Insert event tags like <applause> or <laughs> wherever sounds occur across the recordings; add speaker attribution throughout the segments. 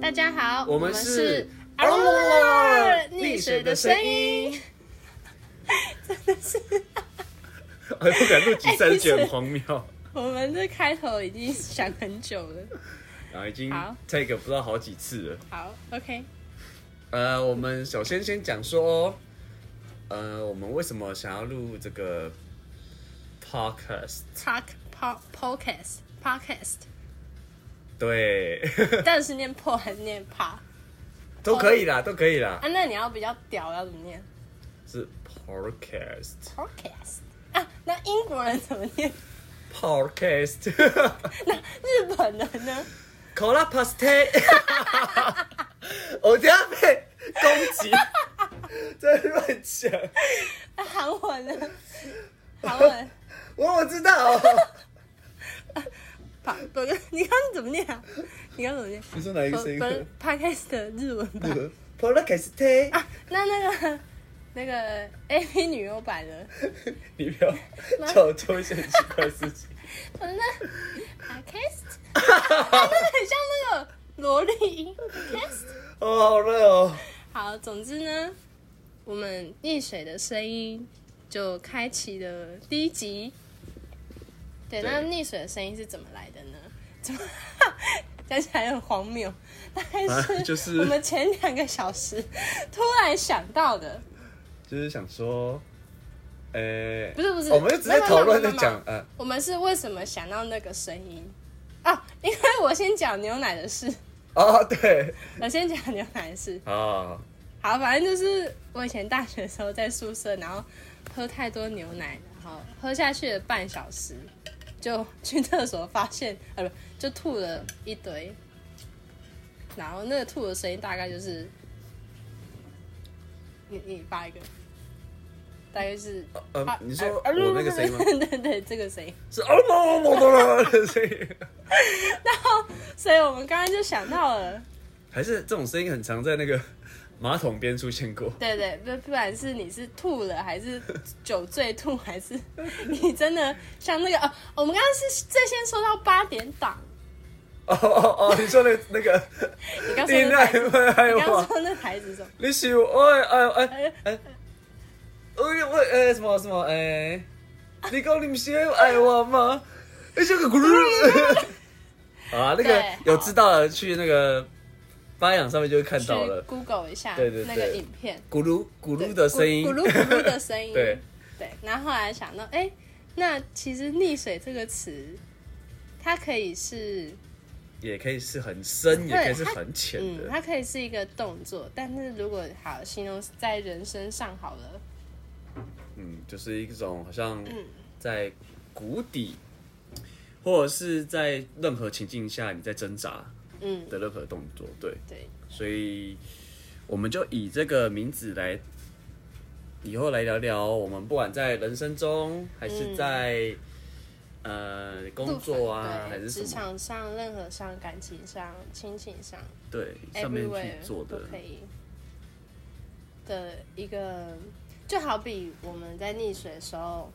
Speaker 1: 大家好，
Speaker 2: 我
Speaker 1: 我
Speaker 2: 们是
Speaker 1: 是
Speaker 2: 啊
Speaker 1: 溺水的声音。
Speaker 2: <laughs> 哎，不敢录几三卷，很荒谬。
Speaker 1: 我们这开头已经想很久了。
Speaker 2: 然啊后已经
Speaker 1: 好
Speaker 2: take 不知道好几次了。
Speaker 1: 好，OK，
Speaker 2: 呃，我们首先先讲说，呃，我们为什么想要录这个 podcast？
Speaker 1: talk po podcast podcast，
Speaker 2: 对， <laughs>
Speaker 1: 但是念 po 还是念 pa
Speaker 2: 都可以啦，都可以啦，
Speaker 1: 啊？那你要比较屌，要怎么念
Speaker 2: 是 podcast
Speaker 1: podcast 啊？那英国人怎么念？ <laughs>
Speaker 2: podcast。 <laughs>
Speaker 1: 那日本人呢？
Speaker 2: 口拉 paste，我等下被攻击，在乱讲，
Speaker 1: 那韩文呢？韩文
Speaker 2: 我我知道、
Speaker 1: pa，不是你刚刚怎么念啊？你刚刚怎么 <laughs> 念？
Speaker 2: 你说哪一
Speaker 1: 不
Speaker 2: 个
Speaker 1: 不
Speaker 2: 声音？
Speaker 1: 是 podcast 的日文吧？
Speaker 2: <laughs> 口拉 paste，
Speaker 1: 啊，那那个那个 A V 女优版的，
Speaker 2: 你不要叫我做一些很奇怪的事情。
Speaker 1: 那 podcast，哎那个很像那个萝莉音 podcast。
Speaker 2: <laughs> 哦，好累哦。
Speaker 1: 好，总之呢，我们溺水的声音就开启了第一集。对，
Speaker 2: 对
Speaker 1: 那溺水的声音是怎么来的呢？怎么 <laughs> 讲起来很荒谬？大概
Speaker 2: 啊
Speaker 1: 是
Speaker 2: 就是
Speaker 1: 我们前两个小时突然想到的，
Speaker 2: 就是想说，呃、
Speaker 1: 不是不是，
Speaker 2: 我们就直接讨
Speaker 1: 没有没有
Speaker 2: 论在
Speaker 1: 没有没有
Speaker 2: 讲，呃，
Speaker 1: 我们是为什么想到那个声音啊？因为我先讲牛奶的事， <laughs>
Speaker 2: 哦，对，
Speaker 1: 我先讲牛奶的事。
Speaker 2: 啊，
Speaker 1: 好，反正就是我以前大学的时候在宿舍，然后喝太多牛奶，然后喝下去了半小时，就去厕所发现， <laughs> 呃，不，就吐了一堆。然后那个吐的声音大概就是，你你发一个，大概就是。
Speaker 2: 呃
Speaker 1: 啊，
Speaker 2: 你说
Speaker 1: 啊
Speaker 2: 我那个声音
Speaker 1: <laughs>
Speaker 2: 吗？
Speaker 1: 对对对，这个声音。
Speaker 2: 是哦，某某某的声音，
Speaker 1: 所以我们刚刚就想到了，
Speaker 2: 还是这种声音很常在那个马桶边出
Speaker 1: <laughs>
Speaker 2: 现过。
Speaker 1: 对对，不不管是你是吐了，还是酒醉吐，还是你真的像那个哦，我们刚刚是最先说到八点档，
Speaker 2: 哦哦哦，你说那那个，
Speaker 1: 你刚说
Speaker 2: 你
Speaker 1: 那
Speaker 2: 那
Speaker 1: 台词，
Speaker 2: 会爱
Speaker 1: 你刚
Speaker 2: 我，
Speaker 1: 说那台词什么？
Speaker 2: 你是 <laughs> 我爱爱爱
Speaker 1: 哎，
Speaker 2: 哎，我我哎什么什么哎，你讲你不是爱我吗？哎，这个咕噜。好啊，那个
Speaker 1: 对
Speaker 2: 有知道的去那个发扬上面就会看
Speaker 1: 哎去
Speaker 2: 到了，
Speaker 1: Google 一下
Speaker 2: 对对
Speaker 1: 那个
Speaker 2: 对
Speaker 1: 影片，
Speaker 2: 咕噜咕
Speaker 1: 对
Speaker 2: 噜的声音
Speaker 1: 咕，咕噜咕噜的声音，
Speaker 2: <laughs> 对
Speaker 1: 对。然后后来想到，哎，那其实溺水这个词，它可以是
Speaker 2: 也可以是很深，也可以是很浅
Speaker 1: 嗯，
Speaker 2: 的。
Speaker 1: 它可以是一个动作，但是如果好形容在人身上好了，
Speaker 2: 嗯，就是一种好像在谷底，或者是在任何情境下你在挣扎
Speaker 1: 嗯，
Speaker 2: 的任何动作，对。
Speaker 1: 对，
Speaker 2: 所以我们就以这个名字来，以后来聊聊我们不管在人生中还
Speaker 1: 嗯
Speaker 2: 是在、呃工作啊，
Speaker 1: 对
Speaker 2: 还是
Speaker 1: 职
Speaker 2: 什么
Speaker 1: 场上、任何上、感情上、亲情上
Speaker 2: 对上面去
Speaker 1: ，everywhere
Speaker 2: 做的
Speaker 1: 都，可以的一个，就好比我们在溺水的时候，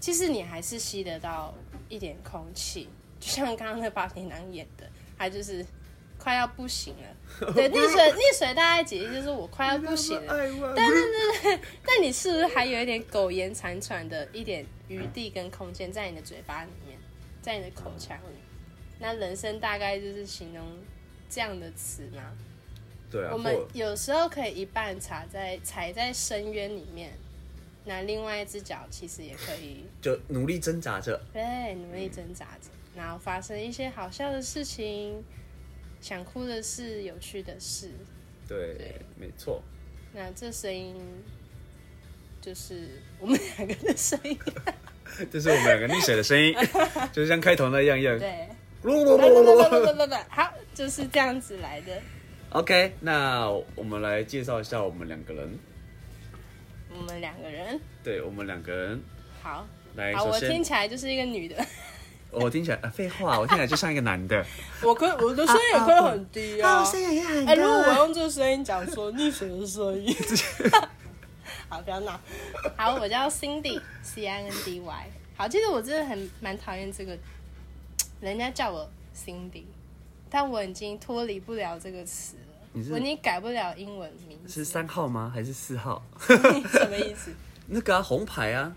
Speaker 1: 其实你还是吸得到一点空气，就像刚刚那八点档演的，他就是。快要不行
Speaker 2: <laughs>
Speaker 1: 了，对溺水溺水大概解释就是我快要不行了，
Speaker 2: 爱我，
Speaker 1: 但你是不是还有一点苟延残喘的一点余地跟空间在你的嘴巴里面，在你的口腔里？那人生大概就是形容这样的词嘛。
Speaker 2: 对啊，
Speaker 1: 我们
Speaker 2: 或
Speaker 1: 有时候可以一半踩在踩在深渊里面，那另外一只脚其实也可以哎
Speaker 2: 就努力挣扎着，
Speaker 1: 对努力挣扎着，然后发生一些好笑的事情，想哭的事，有趣的事。
Speaker 2: 对，
Speaker 1: 对
Speaker 2: 没错。
Speaker 1: 那这声音就是我们两个的声
Speaker 2: <laughs>
Speaker 1: 音，
Speaker 2: 这是我们两个溺水的
Speaker 1: <laughs>
Speaker 2: 声音，就是像开头那样样。
Speaker 1: 对。
Speaker 2: 噜
Speaker 1: 不
Speaker 2: 噜
Speaker 1: 不
Speaker 2: 噜
Speaker 1: 不
Speaker 2: 噜
Speaker 1: 不
Speaker 2: 噜
Speaker 1: 不不不，好，就是这样子来的。
Speaker 2: OK，那我们来介绍一下我们两个人。
Speaker 1: 我们两个人，
Speaker 2: 对我们两个人
Speaker 1: 好，
Speaker 2: 来，
Speaker 1: 好，
Speaker 2: 首
Speaker 1: 我
Speaker 2: 先
Speaker 1: 听起来就是一个女的，
Speaker 2: 我听起来啊，废话，我听起来就像一个男
Speaker 1: <laughs>
Speaker 2: 的。
Speaker 1: 我可我的声音也可以很低啊。
Speaker 2: 音也很
Speaker 1: 哎，如果我用这个声音讲说溺水的声音，好，不要闹。好，我叫 Cindy，C I N D Y。好，其实我真的很蛮讨厌这个，人家叫我 Cindy，但我已经脱离不了这个词了，
Speaker 2: 你是
Speaker 1: 我已经改不了英文名字。
Speaker 2: 是三号吗？还是四号？
Speaker 1: 什么意思？
Speaker 2: 那个啊，红牌啊，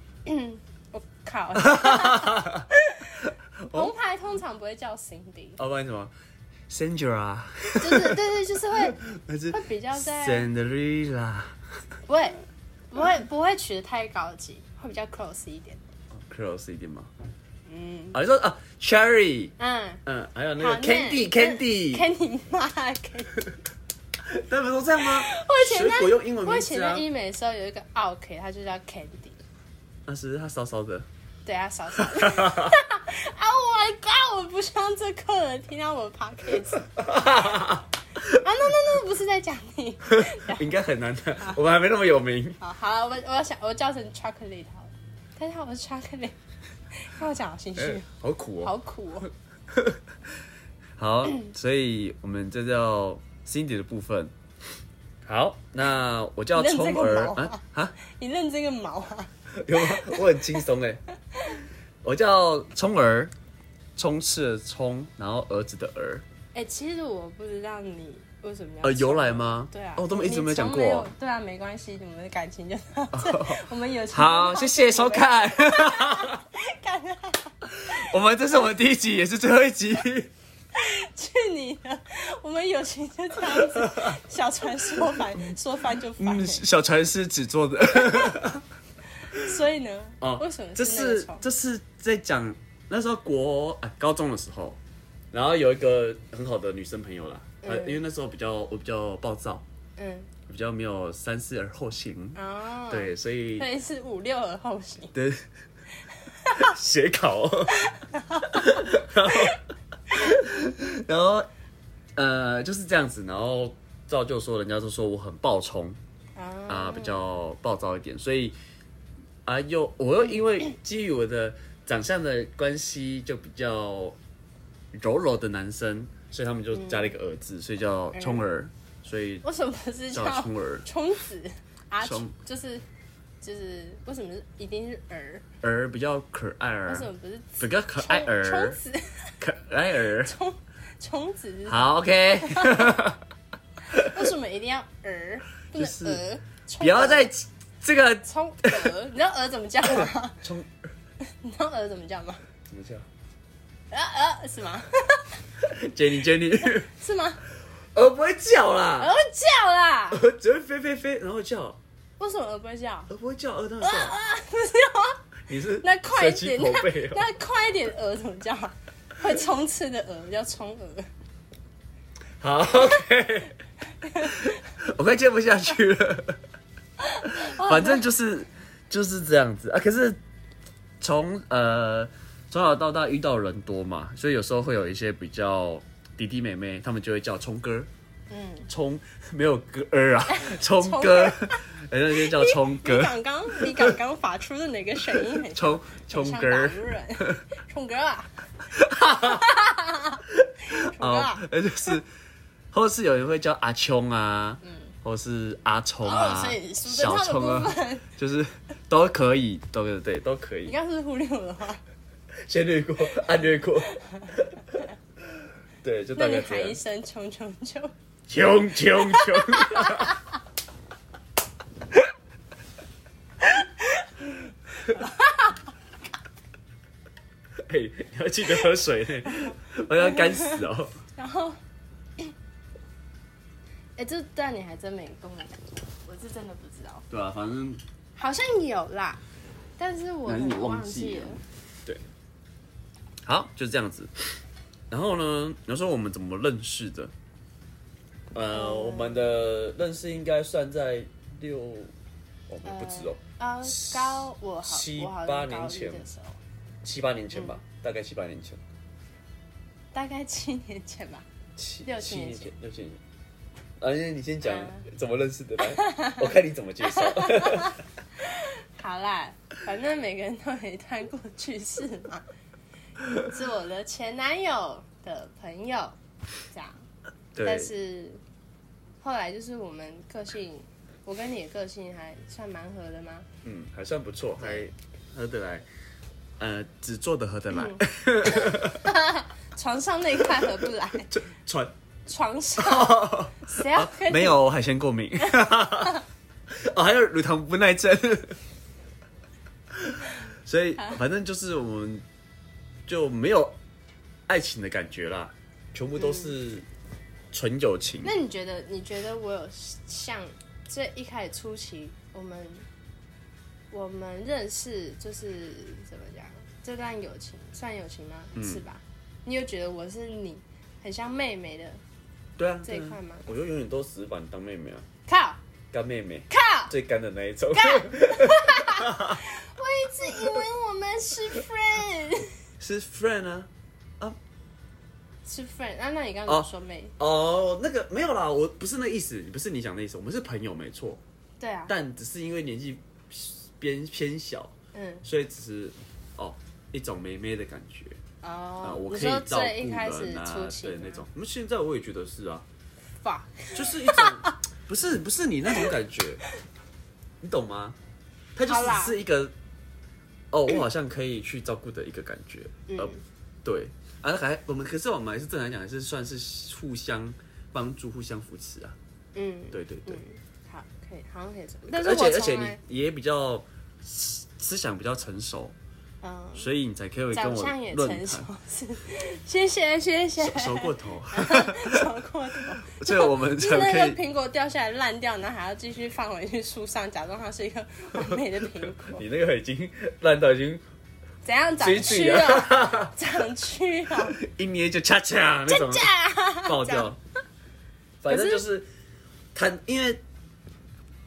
Speaker 1: 我
Speaker 2: <laughs>
Speaker 1: 靠！ <laughs>
Speaker 2: 哦
Speaker 1: 红牌通常不会叫 Cindy，
Speaker 2: 哦，不然什么？Sandra 啊
Speaker 1: 就是对对，就是会
Speaker 2: 还是
Speaker 1: 会比较在
Speaker 2: Sandrila？
Speaker 1: 不会不会不会取得太高级，会比较 close 一点。
Speaker 2: close 一点吗？
Speaker 1: 嗯
Speaker 2: 啊，你说啊，Cherry，
Speaker 1: 嗯，
Speaker 2: 嗯，还有那
Speaker 1: 好
Speaker 2: 个 Candy
Speaker 1: 那
Speaker 2: Candy，
Speaker 1: Candy 妈 Candy。
Speaker 2: 他们都这样吗？
Speaker 1: 我以前
Speaker 2: 水果用英
Speaker 1: 在
Speaker 2: 文
Speaker 1: 我以
Speaker 2: 名
Speaker 1: 前
Speaker 2: 字
Speaker 1: 在
Speaker 2: 啊，
Speaker 1: 医美的时候有一个 OK，它就叫 Candy，
Speaker 2: 那是他骚骚的，
Speaker 1: 对它少少。
Speaker 2: <laughs>
Speaker 1: 啊我 God！我不希望这客人听到我的 podcast 啊！No No No，不是在讲
Speaker 2: <laughs>
Speaker 1: 你。
Speaker 2: 应该很难的，我们还没那么有名。
Speaker 1: 好，好了，我我要想我叫成 chocolate 好了，大家好，我是 chocolate，看 <laughs> 我讲好心虚
Speaker 2: 哎，好苦
Speaker 1: 好
Speaker 2: 哦，
Speaker 1: 苦哦。
Speaker 2: 好，所以我们这叫 Cindy 的部分。好，那我叫
Speaker 1: 你认这
Speaker 2: 聪
Speaker 1: 个
Speaker 2: 儿
Speaker 1: 毛
Speaker 2: 啊 <laughs>
Speaker 1: 啊
Speaker 2: 啊，
Speaker 1: 你认这个毛啊？
Speaker 2: 有吗？我很轻松哎，我叫聪儿，冲刺的冲，然后儿子的儿，
Speaker 1: 哎、其实我不知道你为什么要
Speaker 2: 呃，由来吗？
Speaker 1: 对啊，
Speaker 2: 哦，都
Speaker 1: 你
Speaker 2: 一直没有讲
Speaker 1: 从
Speaker 2: 过。
Speaker 1: 对啊，没关系，你们的感情就到这，我们友情就到
Speaker 2: 好，
Speaker 1: 这
Speaker 2: 谢谢收。看。
Speaker 1: <laughs> 感觉
Speaker 2: 我们这是我们第一集，也是最后一集。
Speaker 1: 去你的，我们友情就这样子，小船说翻，说翻就翻、
Speaker 2: 嗯，小船是纸做的。
Speaker 1: 所以呢，
Speaker 2: 哦
Speaker 1: 为什么
Speaker 2: 这
Speaker 1: 是那个
Speaker 2: 是
Speaker 1: 虫
Speaker 2: 这是在讲那时候国啊高中的时候，然后有一个很好的女生朋友啦，呃、
Speaker 1: 嗯
Speaker 2: 因为那时候比较我比较暴躁，
Speaker 1: 嗯
Speaker 2: 比较没有三思而后行，
Speaker 1: 哦，，
Speaker 2: 对，所以
Speaker 1: 所以是五六而后行。
Speaker 2: 对 <laughs> 写 <laughs> 考，然后然后呃就是这样子，然后照就说人家就说我很暴冲，啊、
Speaker 1: 啊
Speaker 2: 比较暴躁一点，所以啊、又我又因为基于我的长相的关系，就比较柔柔的男生，所以他们就加了一个儿字，所以叫
Speaker 1: 嗯
Speaker 2: 冲儿，所以
Speaker 1: 为什么不是
Speaker 2: 叫
Speaker 1: 叫
Speaker 2: 冲儿
Speaker 1: 冲子啊？
Speaker 2: 冲
Speaker 1: 就是就是为什么是一定是儿？
Speaker 2: 儿比较可爱
Speaker 1: 为
Speaker 2: 儿
Speaker 1: 什，么不是
Speaker 2: 比较可爱
Speaker 1: 冲
Speaker 2: 儿，
Speaker 1: 子 <laughs>
Speaker 2: 可爱儿。
Speaker 1: 冲冲子是
Speaker 2: 好，OK， <laughs>
Speaker 1: 为什么一定要儿不能
Speaker 2: 就是
Speaker 1: 儿？
Speaker 2: 不要再这个
Speaker 1: 冲儿，你知道儿怎么叫吗？ <laughs>
Speaker 2: 冲
Speaker 1: 你知道儿怎么叫吗？
Speaker 2: 怎么叫
Speaker 1: 啊啊是吗？ <laughs>
Speaker 2: ？Jenny Jenny，
Speaker 1: 是吗？
Speaker 2: 鹅不会叫
Speaker 1: 儿
Speaker 2: 啦，
Speaker 1: 会叫啦？
Speaker 2: 鹅只会飞飞飞，然后叫，呃
Speaker 1: 为什么儿不会叫？
Speaker 2: 鹅不会叫，鹅当然叫。
Speaker 1: 啊不是吗？
Speaker 2: 你是
Speaker 1: 那快一
Speaker 2: 神奇
Speaker 1: 点，
Speaker 2: 宝贝
Speaker 1: 那
Speaker 2: 哦。
Speaker 1: 那快一点，儿怎么叫啊？会冲刺的儿叫冲儿。
Speaker 2: 好，OK，我快接不下去了。反正就是就是这样子啊。可是从呃从小到大遇到人多嘛，所以有时候会有一些比较弟弟妹妹，他们就会叫冲哥，
Speaker 1: 嗯，
Speaker 2: 冲没有哥儿
Speaker 1: <laughs>
Speaker 2: 啊，冲哥，人家就叫冲哥，
Speaker 1: 刚刚你刚刚发出的那个声音很
Speaker 2: 冲
Speaker 1: 很
Speaker 2: 冲
Speaker 1: 像
Speaker 2: 哥
Speaker 1: 大
Speaker 2: 儿
Speaker 1: 陆人，冲啊哥
Speaker 2: <laughs>
Speaker 1: 啊，冲哥
Speaker 2: 啊
Speaker 1: 啊，，
Speaker 2: 那就是或是有人会叫阿冲啊，或是阿冲
Speaker 1: 嗯哦
Speaker 2: 啊，
Speaker 1: 所以苏
Speaker 2: 小
Speaker 1: 贞昌的
Speaker 2: 冲啊
Speaker 1: 部。分，
Speaker 2: 就是都可以，都对对都可
Speaker 1: 你
Speaker 2: 以，
Speaker 1: 刚刚是不是忽略我的
Speaker 2: <laughs>
Speaker 1: 话，
Speaker 2: 先略
Speaker 1: <laughs>
Speaker 2: 过，按略过。对，就
Speaker 1: 那
Speaker 2: 大
Speaker 1: 你
Speaker 2: 概这
Speaker 1: 喊一
Speaker 2: 样。
Speaker 1: 声冲冲冲，
Speaker 2: 穷穷穷！ <laughs> 哎、你要记得喝水呢，我要干死
Speaker 1: <laughs>
Speaker 2: 哦。
Speaker 1: 然后，哎，这段你还真没跟我
Speaker 2: 啊
Speaker 1: 讲过，我是真的不知道，
Speaker 2: 对啊，反正
Speaker 1: 好像有啦，但是我
Speaker 2: 那你
Speaker 1: 很
Speaker 2: 忘
Speaker 1: 记
Speaker 2: 记了
Speaker 1: 了，
Speaker 2: 对，好，就这样子。然后呢，你要说我们怎么认识的？呃，我们的认识应该算在六，我们不止哦，
Speaker 1: 呃，高我好
Speaker 2: 七
Speaker 1: 我好
Speaker 2: 八
Speaker 1: 像
Speaker 2: 年
Speaker 1: 高一
Speaker 2: 前
Speaker 1: 的时候，
Speaker 2: 七八年前吧，大概七八年前，
Speaker 1: 大概七年前吧，
Speaker 2: 七
Speaker 1: 六
Speaker 2: 七
Speaker 1: 七年
Speaker 2: 年
Speaker 1: 前
Speaker 2: 前，六七年前。啊，因为你先讲
Speaker 1: 嗯
Speaker 2: 怎么认识的，来，
Speaker 1: <laughs>
Speaker 2: 我看你怎么介绍。
Speaker 1: 好啦，反正每个人都有一段过去式嘛，是我的前男友的朋友，这样。
Speaker 2: 对
Speaker 1: 但，是后来就是我们个性，我跟你的个性还算蛮合的吗？
Speaker 2: 嗯，还算不错，
Speaker 1: 嗯
Speaker 2: <laughs> 还合得来，呃，只做的合得来。
Speaker 1: 床上那一块合不来，
Speaker 2: 这船
Speaker 1: 床
Speaker 2: <laughs>
Speaker 1: 上谁要跟你
Speaker 2: 哦没？有海鲜
Speaker 1: <laughs>
Speaker 2: 过敏，哦，还有乳糖不耐症， <laughs> 所以反正就是我们就没有爱情的感觉啦，全部都是纯友情。
Speaker 1: 那你觉得？你觉得我有像这一开始初期我们我们认识就是怎么讲这段友情算友情吗？
Speaker 2: 嗯
Speaker 1: 是吧？你有觉得我是你很像妹妹的？
Speaker 2: 对啊，
Speaker 1: 这一
Speaker 2: 对啊
Speaker 1: 块吗
Speaker 2: 我就永远都死把你当妹妹啊，
Speaker 1: 靠
Speaker 2: 干妹妹，
Speaker 1: 靠！
Speaker 2: 最干的那一种。
Speaker 1: 我一直以为我们是 friend，
Speaker 2: <laughs> 是 friend 啊。
Speaker 1: 是 friend。那、啊那你刚
Speaker 2: 哦
Speaker 1: 刚说妹？
Speaker 2: 哦，那个没有啦，我不是那意思，不是你想的意思，我们是朋友没错，
Speaker 1: 对啊，
Speaker 2: 但只是因为年纪偏偏小，
Speaker 1: 嗯，
Speaker 2: 所以只是哦一种妹妹的感觉啊、
Speaker 1: 哦，
Speaker 2: 我
Speaker 1: 你
Speaker 2: 可以
Speaker 1: 说
Speaker 2: 照顾
Speaker 1: 最一开始
Speaker 2: 人啊
Speaker 1: 初，期
Speaker 2: 对
Speaker 1: 吗
Speaker 2: 那种。那么现在我也觉得
Speaker 1: <laughs>
Speaker 2: 是啊，
Speaker 1: fuck，
Speaker 2: 就是一种不是不是你那种感觉，你懂吗？它就
Speaker 1: 好啦
Speaker 2: 是只是一个哦，我好像可以去照顾的一个感觉，
Speaker 1: 嗯
Speaker 2: 呃，对啊，还我们可是我们还是正常来讲，还是算是互相帮助、互相扶持啊。
Speaker 1: 嗯，
Speaker 2: 对对对
Speaker 1: 嗯，好，可以，好像可以这么。但是
Speaker 2: 而且
Speaker 1: 我
Speaker 2: 而且
Speaker 1: 从来，
Speaker 2: 你也比较思思想比较成熟，
Speaker 1: 嗯，
Speaker 2: 所以你才可以跟
Speaker 1: 长
Speaker 2: 我
Speaker 1: 相也
Speaker 2: 论
Speaker 1: 成熟
Speaker 2: 坛，
Speaker 1: 是，谢谢谢谢，
Speaker 2: 熟过 <laughs> 头，
Speaker 1: 熟过头，
Speaker 2: 所以我们
Speaker 1: 就
Speaker 2: 才
Speaker 1: 是那
Speaker 2: 可
Speaker 1: 个
Speaker 2: 以。
Speaker 1: 苹果掉下来烂掉，然后还要继续放回去树上，假装它是一个完美的苹果，
Speaker 2: 你那个已经烂到已经
Speaker 1: 怎样长
Speaker 2: 嘴
Speaker 1: 蛆
Speaker 2: 嘴
Speaker 1: 了？
Speaker 2: 啊，
Speaker 1: 长蛆了，
Speaker 2: 一捏就恰恰那种 <laughs> 爆
Speaker 1: 这样
Speaker 2: 掉。反正
Speaker 1: 可是
Speaker 2: 就是他，因为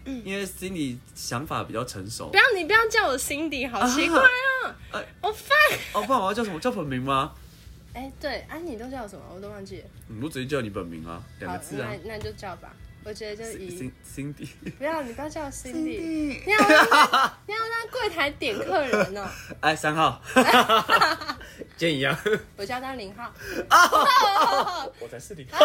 Speaker 1: 嗯
Speaker 2: 因为 Cindy 想法比较成熟
Speaker 1: 不，要你不要叫我 Cindy，好奇怪哦
Speaker 2: 啊啊，
Speaker 1: 我 fuck。
Speaker 2: 哦，不然我要叫什么叫本名吗？
Speaker 1: 哎，对，啊，你都叫我什么？我都忘记了。
Speaker 2: 你不直接叫你本名啊，两
Speaker 1: 好
Speaker 2: 个，字啊
Speaker 1: 那那就叫吧。我觉得就以
Speaker 2: ，Cin-，Cindy。
Speaker 1: 不要，你不要叫我 Cindy，
Speaker 2: Cindy
Speaker 1: 你要让你要让柜台点客人哦。
Speaker 2: 哎，
Speaker 1: <laughs>
Speaker 2: 三号，建议啊，
Speaker 1: 我叫他零号，
Speaker 2: 我才是零号。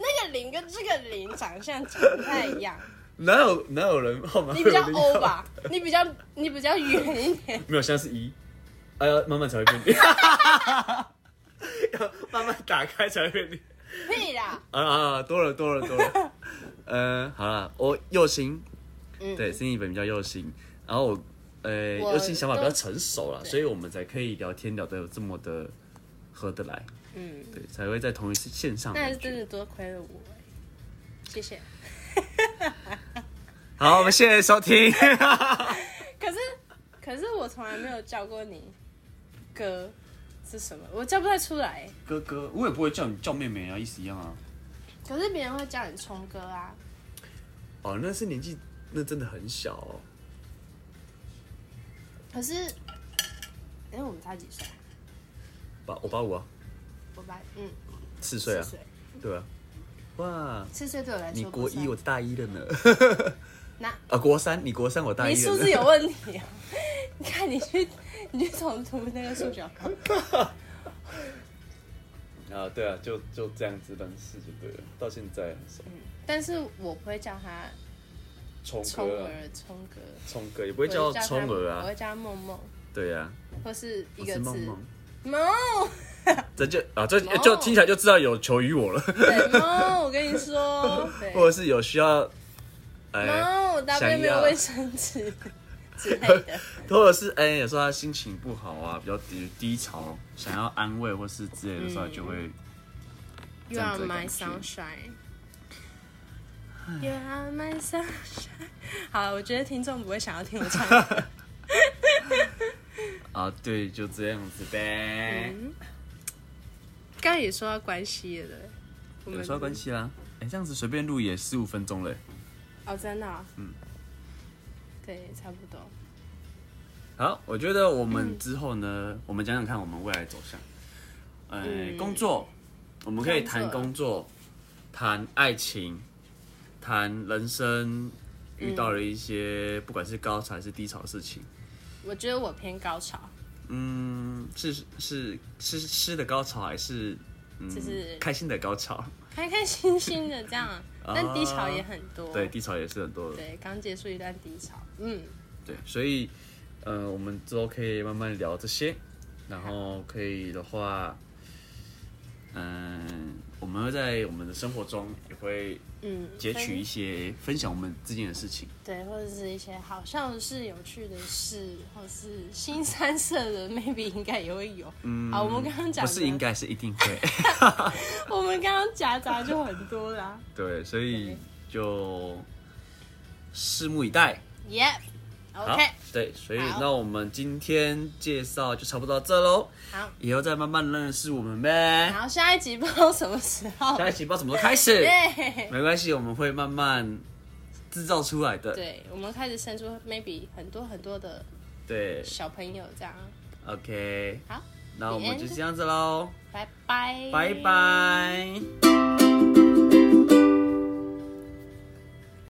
Speaker 1: 那个零跟这个零长相长不太一样，
Speaker 2: <laughs> 哪有哪有人号码？
Speaker 1: 你比较欧？吧，你比较你比较远一点，
Speaker 2: 没有，现在是一，哎呀，慢慢才会变零， <laughs> 要慢慢打开才会变零。
Speaker 1: 屁啦，
Speaker 2: 啊啊，啊多了多了多了。 <laughs> 呃，好了，我右心，
Speaker 1: 嗯，
Speaker 2: 对，心理本比较右心，然后我呃
Speaker 1: 我
Speaker 2: 右心想法比较成熟了，
Speaker 1: 对
Speaker 2: 所以我们才可以聊天聊得这么的合得来，
Speaker 1: 嗯，
Speaker 2: 对，才会在同一线上的
Speaker 1: 那
Speaker 2: 感
Speaker 1: 真
Speaker 2: 觉。
Speaker 1: 的多亏了我欸，谢谢。
Speaker 2: 好，我们谢谢收听。
Speaker 1: 可是可是我从来没有叫过你哥是什么，我叫不太出来欸。
Speaker 2: <laughs> 哥哥，我也不会叫你叫妹妹啊，意思一样啊。
Speaker 1: 可是别人会叫你冲哥啊，
Speaker 2: 哦，那是年纪，那真的很小哦。
Speaker 1: 可是，哎、我们差几岁啊？
Speaker 2: 八我八五啊，
Speaker 1: 我八嗯，
Speaker 2: 四岁
Speaker 1: 四
Speaker 2: 啊，
Speaker 1: 岁，
Speaker 2: 对啊。哇，
Speaker 1: 四岁对我来说
Speaker 2: 你
Speaker 1: 不
Speaker 2: 国
Speaker 1: 算
Speaker 2: 一，我大一了呢。
Speaker 1: <laughs> 那
Speaker 2: 啊，国三，你国三，我大一
Speaker 1: 你
Speaker 2: 了呢。
Speaker 1: 数字有问题啊！ <laughs> 你看你去你去重读那个数学课，
Speaker 2: 啊，对啊，就就这样子认识就对了，到现在很熟。
Speaker 1: 但是我不会叫他
Speaker 2: 聪
Speaker 1: 聪
Speaker 2: 哥啊，
Speaker 1: 儿、聪哥，
Speaker 2: 聪哥也不
Speaker 1: 我
Speaker 2: 会叫
Speaker 1: 他
Speaker 2: 聪儿
Speaker 1: 我
Speaker 2: 啊，
Speaker 1: 会叫他梦梦，
Speaker 2: 对啊，
Speaker 1: 或是一
Speaker 2: 我
Speaker 1: 个字
Speaker 2: 是
Speaker 1: 哦
Speaker 2: 梦梦，
Speaker 1: 梦，
Speaker 2: 这就啊这
Speaker 1: 梦
Speaker 2: 就听起来就知道有求于我了，
Speaker 1: 对梦，我跟你说，
Speaker 2: <laughs>
Speaker 1: 对
Speaker 2: 或者是有需要，哎，
Speaker 1: 梦，我大便没有卫生纸之类的，
Speaker 2: 或者是哎，有时候他心情不好啊，比较低低潮，想要安慰或是之类的时候，
Speaker 1: 嗯
Speaker 2: 就会
Speaker 1: You
Speaker 2: 这样
Speaker 1: are
Speaker 2: 子的
Speaker 1: my
Speaker 2: 感觉
Speaker 1: sunshine. You are my sunshine. 好了，我觉得听众不会想要听
Speaker 2: <laughs>
Speaker 1: 我唱歌。
Speaker 2: 啊，对，就这样子呗。
Speaker 1: 嗯刚刚也说到关系了，我
Speaker 2: 有
Speaker 1: 们
Speaker 2: 时候关系啦，哎，这样子随便录也十五分钟嘞。
Speaker 1: 哦，真的、
Speaker 2: 嗯，
Speaker 1: 对，差不多。
Speaker 2: 好，我觉得我们之后呢，我们讲讲看我们未来走向。呃，
Speaker 1: 嗯
Speaker 2: 工作，我们可以谈
Speaker 1: 工
Speaker 2: 工作，谈爱情，谈人生遇到了一些、不管是高潮还是低潮的事情。
Speaker 1: 我觉得我偏高潮，
Speaker 2: 嗯，是是是吃的高潮还是嗯
Speaker 1: 就是
Speaker 2: 开心的高潮？
Speaker 1: 开开心心的这
Speaker 2: <laughs>
Speaker 1: 样，但低潮也很多。
Speaker 2: 啊对，低潮也是很多的。
Speaker 1: 对，刚结束一段低潮。嗯，
Speaker 2: 对，所以呃，我们之后可以慢慢聊这些。然后可以的话，嗯，我们会在我们的生活中也会
Speaker 1: 嗯，
Speaker 2: 截取一
Speaker 1: 分
Speaker 2: 些分享我们之间的事情。
Speaker 1: 对，或者是一些好笑的事、有趣的事，或是新三色的，maybe 应该也会有。
Speaker 2: 嗯，
Speaker 1: 好我们刚刚讲
Speaker 2: 不
Speaker 1: 的
Speaker 2: 是应该是一定会，
Speaker 1: 我们刚刚夹杂就很多
Speaker 2: <laughs>
Speaker 1: 啦。
Speaker 2: 对，所以就拭目以待。好
Speaker 1: Yep，OK，、
Speaker 2: 对，所以
Speaker 1: 好
Speaker 2: 那我们今天介绍就差不多到这喽，
Speaker 1: 好，
Speaker 2: 以后再慢慢认识我们呗。
Speaker 1: 然后下一集不知道什么时候。
Speaker 2: 下一期不知道什么时候开始，
Speaker 1: 对，
Speaker 2: 没关系，我们会慢慢制造出来的。
Speaker 1: 对，我们开始生出 maybe 很多很多的
Speaker 2: 对
Speaker 1: 小朋友这样。
Speaker 2: o k
Speaker 1: 好，
Speaker 2: 那我们就
Speaker 1: The end
Speaker 2: 这样子喽，
Speaker 1: 拜拜，
Speaker 2: 拜。拜。